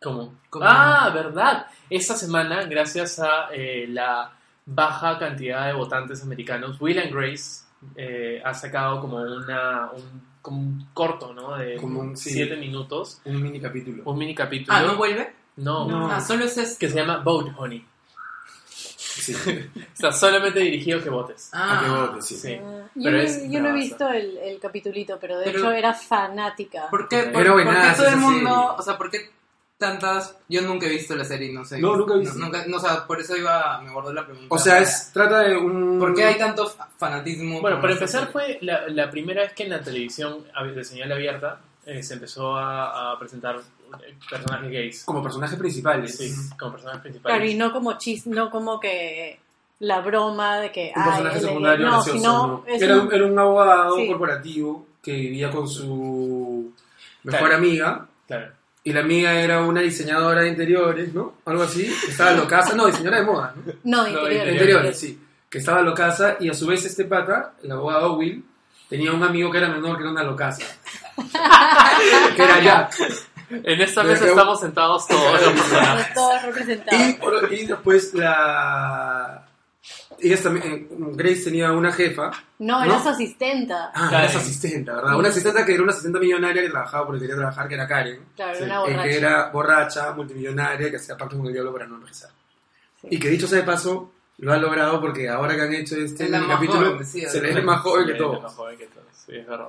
Speaker 1: ¿Cómo?
Speaker 3: Como-
Speaker 1: Ah, verdad. Esta semana, gracias a eh, la baja cantidad de votantes americanos, Will and Grace eh, ha sacado como, una, un, como un corto, ¿no? De
Speaker 2: Como un- sí.
Speaker 1: siete minutos,
Speaker 2: Un mini capítulo.
Speaker 1: un mini capítulo.
Speaker 3: Ah, ¿no vuelve?
Speaker 1: No,
Speaker 2: No.
Speaker 3: Ah, solo es este.
Speaker 1: que se llama Vote Honey.
Speaker 2: Sí.
Speaker 1: Está solamente dirigido a que votes.
Speaker 2: [LAUGHS] Ah, qué
Speaker 3: Ah,
Speaker 2: bote, sí.
Speaker 1: Sí.
Speaker 4: Ah, yo,
Speaker 1: Pero
Speaker 4: no,
Speaker 1: es
Speaker 4: yo no he
Speaker 1: bravaza.
Speaker 4: visto el, el capitulito, pero de
Speaker 3: Pero-
Speaker 4: hecho era fanática.
Speaker 3: ¿por qué,
Speaker 1: Era
Speaker 3: por, por
Speaker 2: buenaza
Speaker 3: qué todo el
Speaker 2: esa
Speaker 3: mundo,
Speaker 2: serie.
Speaker 3: o sea, por qué tantas, yo nunca he visto la serie, no sé.
Speaker 2: No, nunca he visto.
Speaker 3: No, nunca- no, o sea, por eso iba, me guardó la pregunta.
Speaker 2: O sea, es, trata de un...
Speaker 3: ¿Por qué hay tanto fa- fanatismo?
Speaker 1: Mm. Bueno,
Speaker 3: con
Speaker 1: para
Speaker 3: esta
Speaker 1: empezar
Speaker 3: serie?
Speaker 1: fue la, la primera vez que en la televisión a- de señal abierta eh, se empezó a, a presentar eh, personajes gays.
Speaker 2: Como personajes principales.
Speaker 1: Sí, como personajes principales.
Speaker 4: Claro, y no como chis, no como que la broma de que
Speaker 2: Un
Speaker 4: ay,
Speaker 2: personaje
Speaker 4: él-
Speaker 2: secundario
Speaker 4: no,
Speaker 2: gracioso.
Speaker 4: sino
Speaker 2: ¿no?
Speaker 4: es
Speaker 2: Era,
Speaker 4: un-
Speaker 2: un, eh, era un abogado
Speaker 4: Sí.
Speaker 2: corporativo que vivía con su mejor
Speaker 1: Claro.
Speaker 2: amiga.
Speaker 1: Claro.
Speaker 2: Y la amiga era una diseñadora de interiores, ¿no? Algo así. Estaba locaza. No, diseñadora de moda, ¿no?
Speaker 4: no,
Speaker 1: no,
Speaker 4: interior,
Speaker 2: De interiores, sí. Que estaba locaza. Y a su vez este pata, el abogado Will, tenía un amigo que era menor que era una locaza. que era Jack.
Speaker 1: En esta
Speaker 2: Pero
Speaker 1: mesa
Speaker 2: que-
Speaker 1: estamos sentados todos los personajes.
Speaker 4: Está todo representado.
Speaker 2: Y, por- y después la... Ellas también, eh, Grace tenía una jefa
Speaker 4: No, era
Speaker 2: ¿no?
Speaker 4: su asistenta.
Speaker 2: Ah,
Speaker 1: Karen.
Speaker 2: era su asistente, ¿verdad? Una asistente que era una asistente millonaria que trabajaba porque quería trabajar, que era Karen.
Speaker 4: Claro,
Speaker 2: Sí.
Speaker 4: una
Speaker 2: Eh,
Speaker 4: borracha.
Speaker 2: Que era borracha, multimillonaria, que hacía pactos con el diablo para no envejecer.
Speaker 4: Sí.
Speaker 2: Y que dicho sea de paso, lo ha logrado porque ahora que han hecho este
Speaker 3: Es la más
Speaker 2: capítulo,
Speaker 3: joven, sí,
Speaker 2: se le
Speaker 3: es
Speaker 2: ve más joven que
Speaker 1: Sí, es
Speaker 2: todo.
Speaker 1: más joven que todos. Sí, es verdad.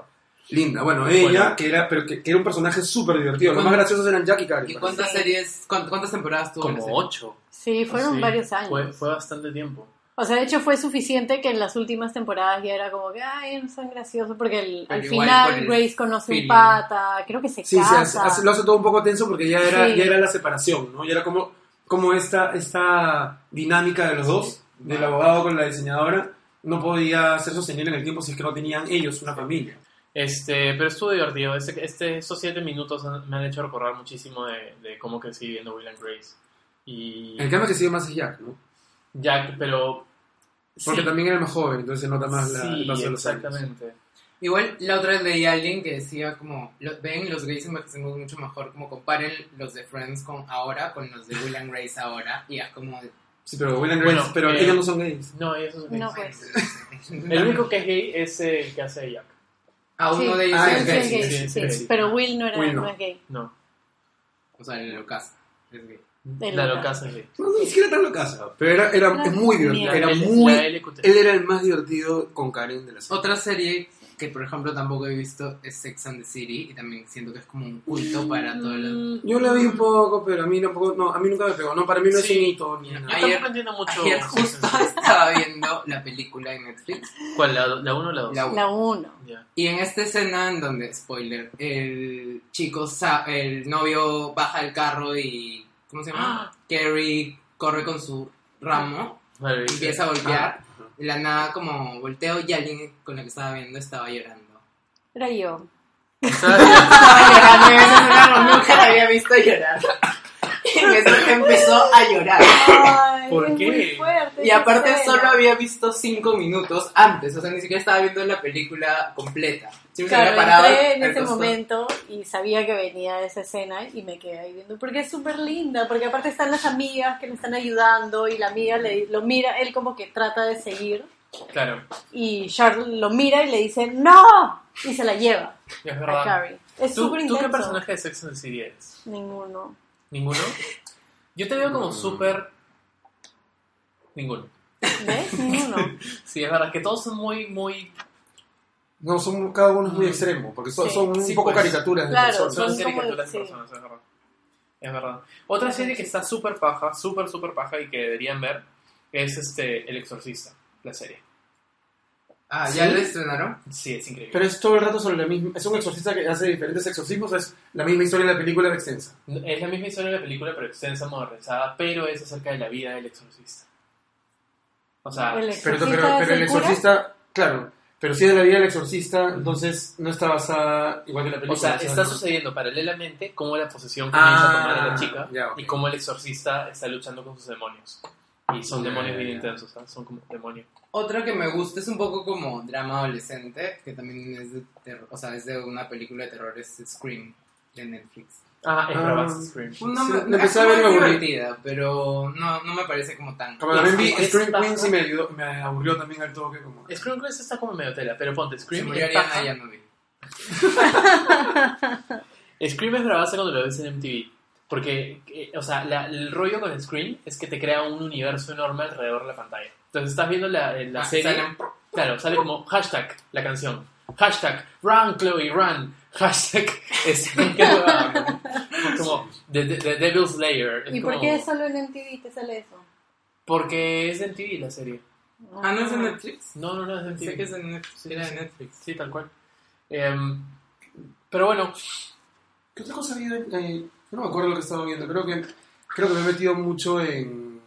Speaker 2: Linda, bueno, ella,
Speaker 1: Bueno.
Speaker 2: que era pero que, que era un personaje súper divertido. Los más
Speaker 3: ¿Cuánto-
Speaker 2: graciosos eran Jack y Karen.
Speaker 3: ¿Y
Speaker 2: parece.
Speaker 3: cuántas
Speaker 4: Sí.
Speaker 3: series, cuán- cuántas temporadas tuvo? la
Speaker 1: Como
Speaker 3: serie?
Speaker 1: ocho.
Speaker 4: Sí, fueron
Speaker 1: Sí,
Speaker 4: varios años.
Speaker 1: Fue, fue bastante tiempo.
Speaker 4: O sea, de hecho fue suficiente que en las últimas temporadas ya era como que, ay, no son graciosos, porque el-
Speaker 3: Pero
Speaker 4: al
Speaker 3: igual por
Speaker 4: final
Speaker 3: el
Speaker 4: Grace conoce
Speaker 3: feeling.
Speaker 4: un pata, creo que se
Speaker 2: Sí, se
Speaker 4: casa.
Speaker 2: hace- hace- lo hace todo un poco tenso porque ya era,
Speaker 4: Sí.
Speaker 2: ya era la separación, ¿no? Ya era como, como esta, esta dinámica de los dos, del abogado con la diseñadora, no podía ser sostenible en el tiempo si es que no tenían ellos una familia.
Speaker 1: Este, pero estuvo divertido. Este, este- estos siete minutos han- me han hecho recordar muchísimo de, de cómo crecí viendo Will and Grace. Y
Speaker 2: El cambio que sigue más es Jack, ¿no?
Speaker 1: Jack, pero...
Speaker 2: Porque
Speaker 1: sí,
Speaker 2: también era más joven, entonces se nota más la,
Speaker 1: sí,
Speaker 2: el paso de los años.
Speaker 1: exactamente.
Speaker 3: Igual la otra vez leí a alguien que decía como, lo- ven, los gays envejecemos mucho mejor, como comparen los de Friends con ahora con los de Will and Grace ahora, y es como...
Speaker 2: Sí, pero Will and Grace,
Speaker 1: Bueno,
Speaker 2: pero
Speaker 1: eh,
Speaker 2: ellos no son gays.
Speaker 1: No, eso es
Speaker 4: No,
Speaker 1: gay.
Speaker 4: pues.
Speaker 1: El único que es gay es el que hace de Jack.
Speaker 3: [LAUGHS] A uno
Speaker 4: Sí.
Speaker 3: de ellos
Speaker 2: Ah,
Speaker 4: Sí,
Speaker 3: es
Speaker 4: sí,
Speaker 3: gay.
Speaker 4: es gay,
Speaker 1: sí,
Speaker 4: sí.
Speaker 1: sí, sí.
Speaker 4: Pero Will no, era,
Speaker 2: Will no.
Speaker 4: no. es gay.
Speaker 1: No,
Speaker 3: O sea, en el ocaso. Es gay.
Speaker 4: De
Speaker 1: la
Speaker 4: loca.
Speaker 1: locaza es gay.
Speaker 2: No, ni siquiera tan locazo. Pero era, era es muy divertido.
Speaker 4: La
Speaker 2: Era
Speaker 1: L-
Speaker 2: muy,
Speaker 1: la LQT.
Speaker 2: él era el más divertido con Karen de la serie.
Speaker 3: Otra serie que, por ejemplo, tampoco he visto es Sex and the City, y también siento que es como un culto para todo el...
Speaker 4: Mm,
Speaker 2: Yo la vi un poco, pero a mí, tampoco, no, a mí nunca me pegó. No, para mí no
Speaker 1: Sí.
Speaker 2: es un hito ni nada.
Speaker 1: Yo
Speaker 3: Ayer-
Speaker 1: tampoco entiendo mucho...
Speaker 3: Ayer justo
Speaker 4: Mm.
Speaker 3: [LAUGHS] estaba viendo la película en Netflix,
Speaker 1: ¿Cuál? ¿La 1 o la 2?
Speaker 3: la
Speaker 4: La uno.
Speaker 3: Y en esta escena en donde, spoiler, el chico, sa- el novio baja del carro y, ¿cómo se llama? Carrie corre con su ramo,
Speaker 1: [LAUGHS]
Speaker 3: empieza a golpear,
Speaker 2: Ah,
Speaker 3: de la nada como volteo y alguien con la que estaba viendo estaba llorando.
Speaker 4: Era yo.
Speaker 3: Estaba llorando, en ese ramo nunca la había visto llorar. [LAUGHS] Y en eso empezó a llorar.
Speaker 4: Ay,
Speaker 1: ¿Por
Speaker 4: es
Speaker 1: qué?
Speaker 4: muy fuerte
Speaker 3: Y
Speaker 4: esa
Speaker 3: aparte
Speaker 4: escena.
Speaker 3: solo había visto cinco minutos antes, o sea, ni siquiera estaba viendo la película completa. Siempre
Speaker 4: Claro,
Speaker 3: había parado
Speaker 4: entré en
Speaker 3: al
Speaker 4: ese
Speaker 3: costado.
Speaker 4: momento y sabía que venía esa escena y me quedé ahí viendo, porque es súper linda, porque aparte están las amigas que le están ayudando y la amiga le, lo mira, él como que trata de seguir
Speaker 1: Claro,
Speaker 4: y Charles lo mira y le dice ¡No! Y se la lleva
Speaker 1: es
Speaker 4: a
Speaker 1: verdad.
Speaker 4: Carrie. Es
Speaker 1: ¿Tú,
Speaker 4: súper
Speaker 1: tú qué
Speaker 4: intenso.
Speaker 1: personaje de Sex and the City eres?
Speaker 4: Ninguno.
Speaker 1: ¿Ninguno? Yo te veo
Speaker 3: Mm.
Speaker 1: como súper... Ninguno.
Speaker 4: ¿Ves?
Speaker 3: [LAUGHS]
Speaker 4: Ninguno.
Speaker 1: Sí, es verdad que todos son muy, muy...
Speaker 2: No, son, cada uno es muy extremo, porque son,
Speaker 4: Sí.
Speaker 2: son un
Speaker 1: Mm. Sí,
Speaker 2: poco
Speaker 1: pues.
Speaker 2: caricaturas de
Speaker 4: Claro,
Speaker 2: personas.
Speaker 4: son-
Speaker 1: Son
Speaker 4: como-
Speaker 1: caricaturas de
Speaker 4: sí.
Speaker 1: personas, es verdad. Es verdad. Otra serie que está súper paja, súper, súper paja y que deberían ver es este El Exorcista, la serie.
Speaker 3: Ah, ¿ya
Speaker 2: ¿Sí?
Speaker 3: lo estrenaron?
Speaker 1: Sí, es increíble.
Speaker 2: Pero es todo el rato sobre la misma. Es un exorcista que hace diferentes exorcismos, es la misma historia de la película de extensa.
Speaker 1: Es la misma historia de la película, pero extensa, modernizada, pero es acerca de la vida del exorcista. O sea,
Speaker 4: El
Speaker 2: Pero, pero,
Speaker 4: exorcista es
Speaker 2: pero el
Speaker 4: cura.
Speaker 2: exorcista, claro. Pero si es de la vida del exorcista, entonces no está basada igual que la película.
Speaker 1: Mm. o sea está
Speaker 2: ¿no?
Speaker 1: sucediendo paralelamente cómo la posesión comienza
Speaker 2: Ah,
Speaker 1: a tomar a la chica
Speaker 2: ya, ok.
Speaker 1: y cómo el exorcista está luchando con sus demonios. Y son
Speaker 2: Ya,
Speaker 1: demonios
Speaker 2: ya,
Speaker 1: bien
Speaker 2: ya.
Speaker 1: intensos, ¿sabes? son como demonios.
Speaker 3: Otra que me gusta es un poco como drama adolescente, que también es de, terror- o sea, es de una película de terror, es Scream, de Netflix.
Speaker 1: Ah, es
Speaker 2: Ah.
Speaker 1: Bravas Scream.
Speaker 4: Pues
Speaker 3: No,
Speaker 2: Sí,
Speaker 3: me-
Speaker 2: la empecé a
Speaker 4: ah,
Speaker 3: es
Speaker 2: ver y me aburrí.
Speaker 3: divertida, pero no, no me parece como tan...
Speaker 2: Como también vi
Speaker 1: Es- es
Speaker 2: Scream
Speaker 1: bajo.
Speaker 2: Queens y me, ayudó- me aburrió también al toque. Como...
Speaker 1: Scream Quest está como medio tela, pero ponte
Speaker 3: Se
Speaker 1: Scream.
Speaker 3: murió
Speaker 1: es
Speaker 3: Ariana,
Speaker 1: paja.
Speaker 3: ya no vi.
Speaker 1: Scream es bravazo cuando lo ves en MTV. Porque, eh, o sea, la- el rollo con Scream es que te crea un universo enorme alrededor de la pantalla. Entonces estás viendo la, eh, la
Speaker 3: Ah,
Speaker 1: serie.
Speaker 3: salen-
Speaker 1: Claro, sale como hashtag la canción. Hashtag run, Chloe, run. [LAUGHS] Hashtag es qué huevada, ¿no? como the, the- the Devil's Layer. Es
Speaker 4: ¿Y
Speaker 1: como-
Speaker 4: por qué solo en MTV te sale eso?
Speaker 1: Porque es de MTV la serie.
Speaker 3: Ah, ¿no es de Netflix?
Speaker 1: No, no, no es de MTV.
Speaker 3: Pensé que es de Netflix,
Speaker 1: Sí,
Speaker 3: era de
Speaker 1: sí.
Speaker 3: Netflix.
Speaker 1: Sí, tal cual. Em, pero bueno,
Speaker 2: ¿Qué otra cosa había? Eh, yo no me acuerdo lo que estaba viendo. Creo que, creo que me he metido mucho en,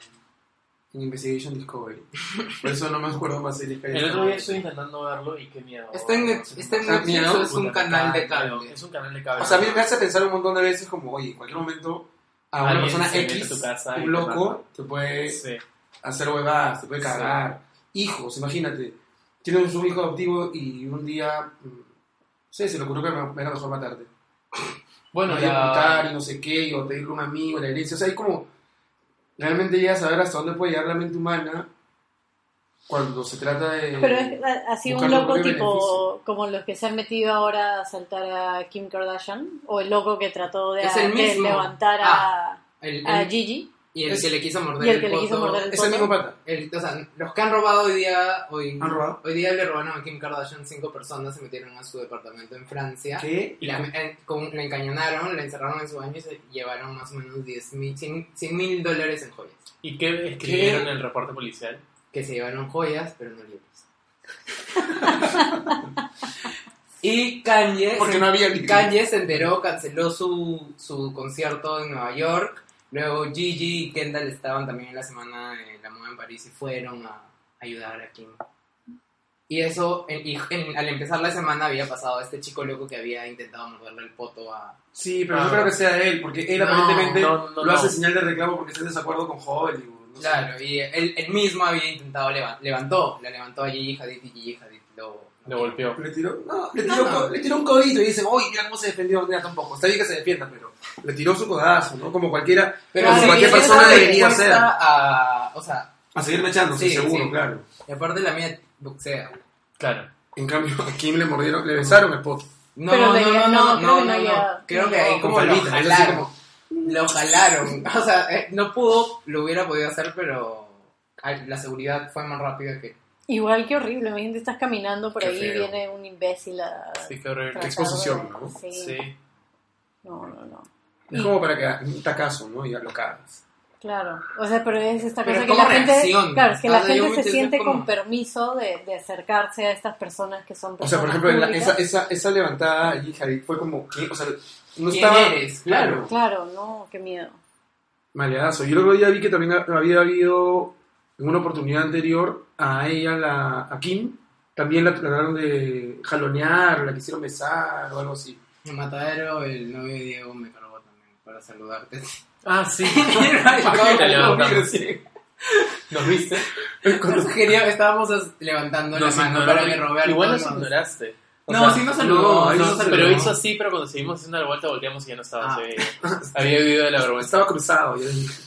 Speaker 2: en Investigation Discovery. Por eso no me acuerdo más series que hay.
Speaker 1: el otro día estoy intentando verlo y qué miedo.
Speaker 3: Está en Net- está en
Speaker 1: O sea,
Speaker 3: Netflix
Speaker 1: miedo,
Speaker 3: o es
Speaker 1: puta,
Speaker 3: un
Speaker 1: me
Speaker 3: canal de
Speaker 1: cago,
Speaker 3: cable.
Speaker 1: Es un canal de cable.
Speaker 2: O sea, a mí me hace pensar un montón de veces como, oye, en cualquier momento a una
Speaker 1: Alguien
Speaker 2: persona
Speaker 1: se mete a tu
Speaker 2: X,
Speaker 1: casa y te
Speaker 2: un loco, te
Speaker 1: mata.
Speaker 2: puede
Speaker 1: Sí.
Speaker 2: hacer huevadas, te puede cagar. Hijos, imagínate. Tienes un hijo adoptivo y un día, mm, no sé, se le ocurrió que me- me era mejor matarte.
Speaker 1: Bueno,
Speaker 2: y
Speaker 1: la-
Speaker 2: apuntar y no sé qué, y o pedirle a un amigo la herencia. O sea, hay como. Realmente llegas a ver hasta dónde puede llegar la mente humana cuando se trata de.
Speaker 4: Pero es a- así un
Speaker 2: Buscar su
Speaker 4: loco
Speaker 2: propio
Speaker 4: tipo
Speaker 2: beneficio.
Speaker 4: como los que se han metido ahora a asaltar a Kim Kardashian o el loco que trató de,
Speaker 3: Es el
Speaker 4: de
Speaker 3: mismo. Ah.
Speaker 4: levantar a,
Speaker 3: El-
Speaker 4: a
Speaker 3: el-
Speaker 4: Gigi
Speaker 3: y el
Speaker 2: es-
Speaker 3: que le quiso morder
Speaker 4: Ah, y el que le
Speaker 3: codo.
Speaker 4: quiso morder el
Speaker 2: Es el
Speaker 4: poto.
Speaker 2: mismo pata.
Speaker 3: El- o sea, los que han robado hoy día, hoy,
Speaker 2: ¿Han robado?
Speaker 3: hoy día le robaron a Kim Kardashian cinco personas, se metieron a su departamento en Francia.
Speaker 2: ¿Qué?
Speaker 3: Y la, eh, con- la encañonaron, la encerraron en su baño y se llevaron más o menos 10 mil, 100 mil dólares en joyas.
Speaker 1: ¿Y qué escribieron en el reporte policial?
Speaker 3: Que se llevaron joyas, pero no libros. y Kanye,
Speaker 2: Porque
Speaker 3: se,
Speaker 2: no había libros.
Speaker 3: Kanye se enteró, canceló su, su concierto en Nueva York. Luego Gigi y Kendall estaban también en la semana de la moda en París y fueron a ayudar a Kim. Y eso, en- y en- al empezar la semana había pasado a este chico loco que había intentado morderle el poto a,
Speaker 2: Sí, pero
Speaker 1: Ah.
Speaker 2: no creo que sea él, porque él
Speaker 3: No,
Speaker 2: aparentemente
Speaker 1: no, no,
Speaker 2: lo hace
Speaker 1: no.
Speaker 2: señal de reclamo porque está en desacuerdo con Hollywood. no sé.
Speaker 3: Claro, y él, él mismo había intentado levantar, levantó, la levantó a Gigi Hadid y Gigi Hadid lo...
Speaker 1: Le golpeó.
Speaker 2: Le tiró, no, le tiró,
Speaker 3: No, no.
Speaker 2: co- le tiró un codito y dice, oye, mira cómo se defendió. Mira, tampoco. Está bien que se defienda, pero le tiró su codazo, ¿no? Como cualquiera,
Speaker 3: Pero
Speaker 2: como
Speaker 4: sí,
Speaker 2: cualquier
Speaker 4: esa
Speaker 2: persona
Speaker 4: respuesta-
Speaker 2: debería hacer.
Speaker 3: A, o sea,
Speaker 2: A seguir mechándose,
Speaker 3: Sí,
Speaker 2: seguro,
Speaker 3: sí.
Speaker 2: claro.
Speaker 3: y aparte la mía boxea.
Speaker 1: Claro.
Speaker 2: En cambio, [LAUGHS] a Kim le mordieron, le besaron el pot.
Speaker 3: No,
Speaker 4: Pero
Speaker 3: no,
Speaker 4: de-
Speaker 3: no, no,
Speaker 4: no, creo
Speaker 3: no,
Speaker 4: que no
Speaker 3: no,
Speaker 4: había-
Speaker 3: no. Creo que ahí
Speaker 4: no.
Speaker 3: como lo
Speaker 2: Palmita, es así
Speaker 3: jalaron.
Speaker 2: como-
Speaker 3: Lo jalaron. O sea, eh, no pudo, lo hubiera podido hacer, pero ay, la seguridad fue más rápida que...
Speaker 4: Igual que horrible, imagínate, estás caminando por
Speaker 2: Qué
Speaker 4: ahí y
Speaker 2: feo.
Speaker 4: viene un imbécil a...
Speaker 1: Sí, qué horrible.
Speaker 4: tratar
Speaker 2: exposición,
Speaker 4: de-
Speaker 2: ¿no?
Speaker 4: Sí.
Speaker 1: Sí.
Speaker 4: No, no, no.
Speaker 2: Es como para que un tacazo, ¿no? Y ya lo cagas.
Speaker 4: Claro, o sea, pero es esta
Speaker 3: Pero
Speaker 4: cosa que
Speaker 3: ¿cómo
Speaker 4: la gente,
Speaker 3: reacciona?
Speaker 4: claro, es que
Speaker 3: O
Speaker 4: la
Speaker 3: sea, yo me
Speaker 4: gente se
Speaker 3: interesa
Speaker 4: siente
Speaker 3: cómo-
Speaker 4: con permiso de, de acercarse a estas personas que son
Speaker 2: O sea,
Speaker 4: personas
Speaker 2: por ejemplo, en la-
Speaker 4: públicas.
Speaker 2: esa, esa, esa levantada allí, Javi, fue como, ¿qué? O sea, no
Speaker 3: ¿Quién
Speaker 2: estaba...
Speaker 3: eres?
Speaker 2: Claro.
Speaker 4: Claro, no, qué miedo.
Speaker 2: Maleadazo. Yo el otro día vi que también ha- había habido, en una oportunidad anterior, a ella, la, a Kim, también la trataron de jalonear, o la quisieron besar, o algo así.
Speaker 3: El matadero, el novio de Diego me cargó también para saludarte.
Speaker 1: Ah, [LAUGHS] sí.
Speaker 3: [LAUGHS] Ay,
Speaker 1: levantamos.
Speaker 2: Sí.
Speaker 1: ¿Nos viste?
Speaker 2: Cuando-
Speaker 3: Quería, estábamos as- levantando
Speaker 1: Nos
Speaker 3: la mano
Speaker 1: ignoró.
Speaker 3: para que Roberto
Speaker 1: Igual nos
Speaker 3: nos-
Speaker 1: ignoraste. O
Speaker 3: No,
Speaker 1: sea,
Speaker 3: sí nos saludó.
Speaker 2: no,
Speaker 3: sí nos
Speaker 2: no,
Speaker 3: saludó.
Speaker 1: Pero hizo así, pero cuando seguimos haciendo la vuelta volteamos y ya no estaba.
Speaker 3: Ah.
Speaker 1: sí.
Speaker 3: [LAUGHS]
Speaker 1: Había vivido de la vergüenza.
Speaker 2: estaba cruzado. yo dije,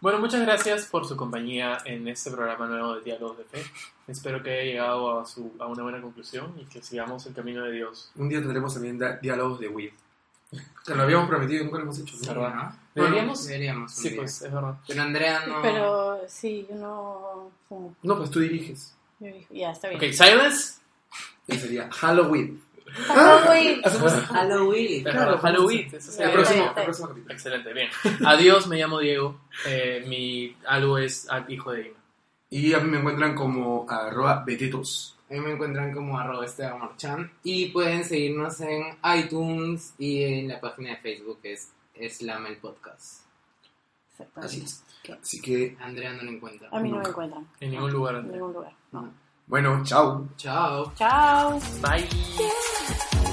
Speaker 1: Bueno, muchas gracias por su compañía en este programa nuevo de Diálogos de Fe. Espero que haya llegado a, su, a una buena conclusión y que sigamos el camino de Dios.
Speaker 2: Un día tendremos también da- diálogos de Will. Te lo habíamos prometido y nunca lo hemos hecho. ¿no?
Speaker 3: Sí, ¿no?
Speaker 1: ¿Deberíamos?
Speaker 3: Deberíamos. un
Speaker 1: Sí,
Speaker 3: día.
Speaker 1: pues, es verdad.
Speaker 3: Pero Andrea no.
Speaker 4: Pero sí, yo no fumo.
Speaker 2: No, pues tú diriges.
Speaker 4: Yo dije, ya, está bien.
Speaker 1: Ok, silence.
Speaker 2: Y sería Halloween.
Speaker 4: Halloween.
Speaker 2: Hacemos
Speaker 3: Halloween.
Speaker 1: Claro, Halloween. Eso
Speaker 2: el
Speaker 4: Ya,
Speaker 1: sería-
Speaker 4: está bien,
Speaker 2: próximo,
Speaker 4: está
Speaker 2: el
Speaker 4: bien.
Speaker 2: próximo capítulo.
Speaker 1: Excelente, bien. Adiós, me llamo Diego. Eh, mi algo es ah, hijo de Dima.
Speaker 2: Y a mí me encuentran como arroba betetos.
Speaker 3: Ahí me encuentran como arroba Esteban Marchán. Y pueden seguirnos en iTunes y en la página de Facebook que es Slam el Podcast.
Speaker 2: Así
Speaker 4: Exactamente.
Speaker 2: es. Así que,
Speaker 3: Andrea no lo encuentra.
Speaker 4: A mí no me
Speaker 2: Nunca.
Speaker 4: encuentran
Speaker 1: En ningún lugar.
Speaker 4: en
Speaker 1: Andrea.
Speaker 4: ningún lugar. no.
Speaker 2: bueno, chao.
Speaker 3: Chao.
Speaker 4: Chao.
Speaker 1: Bye.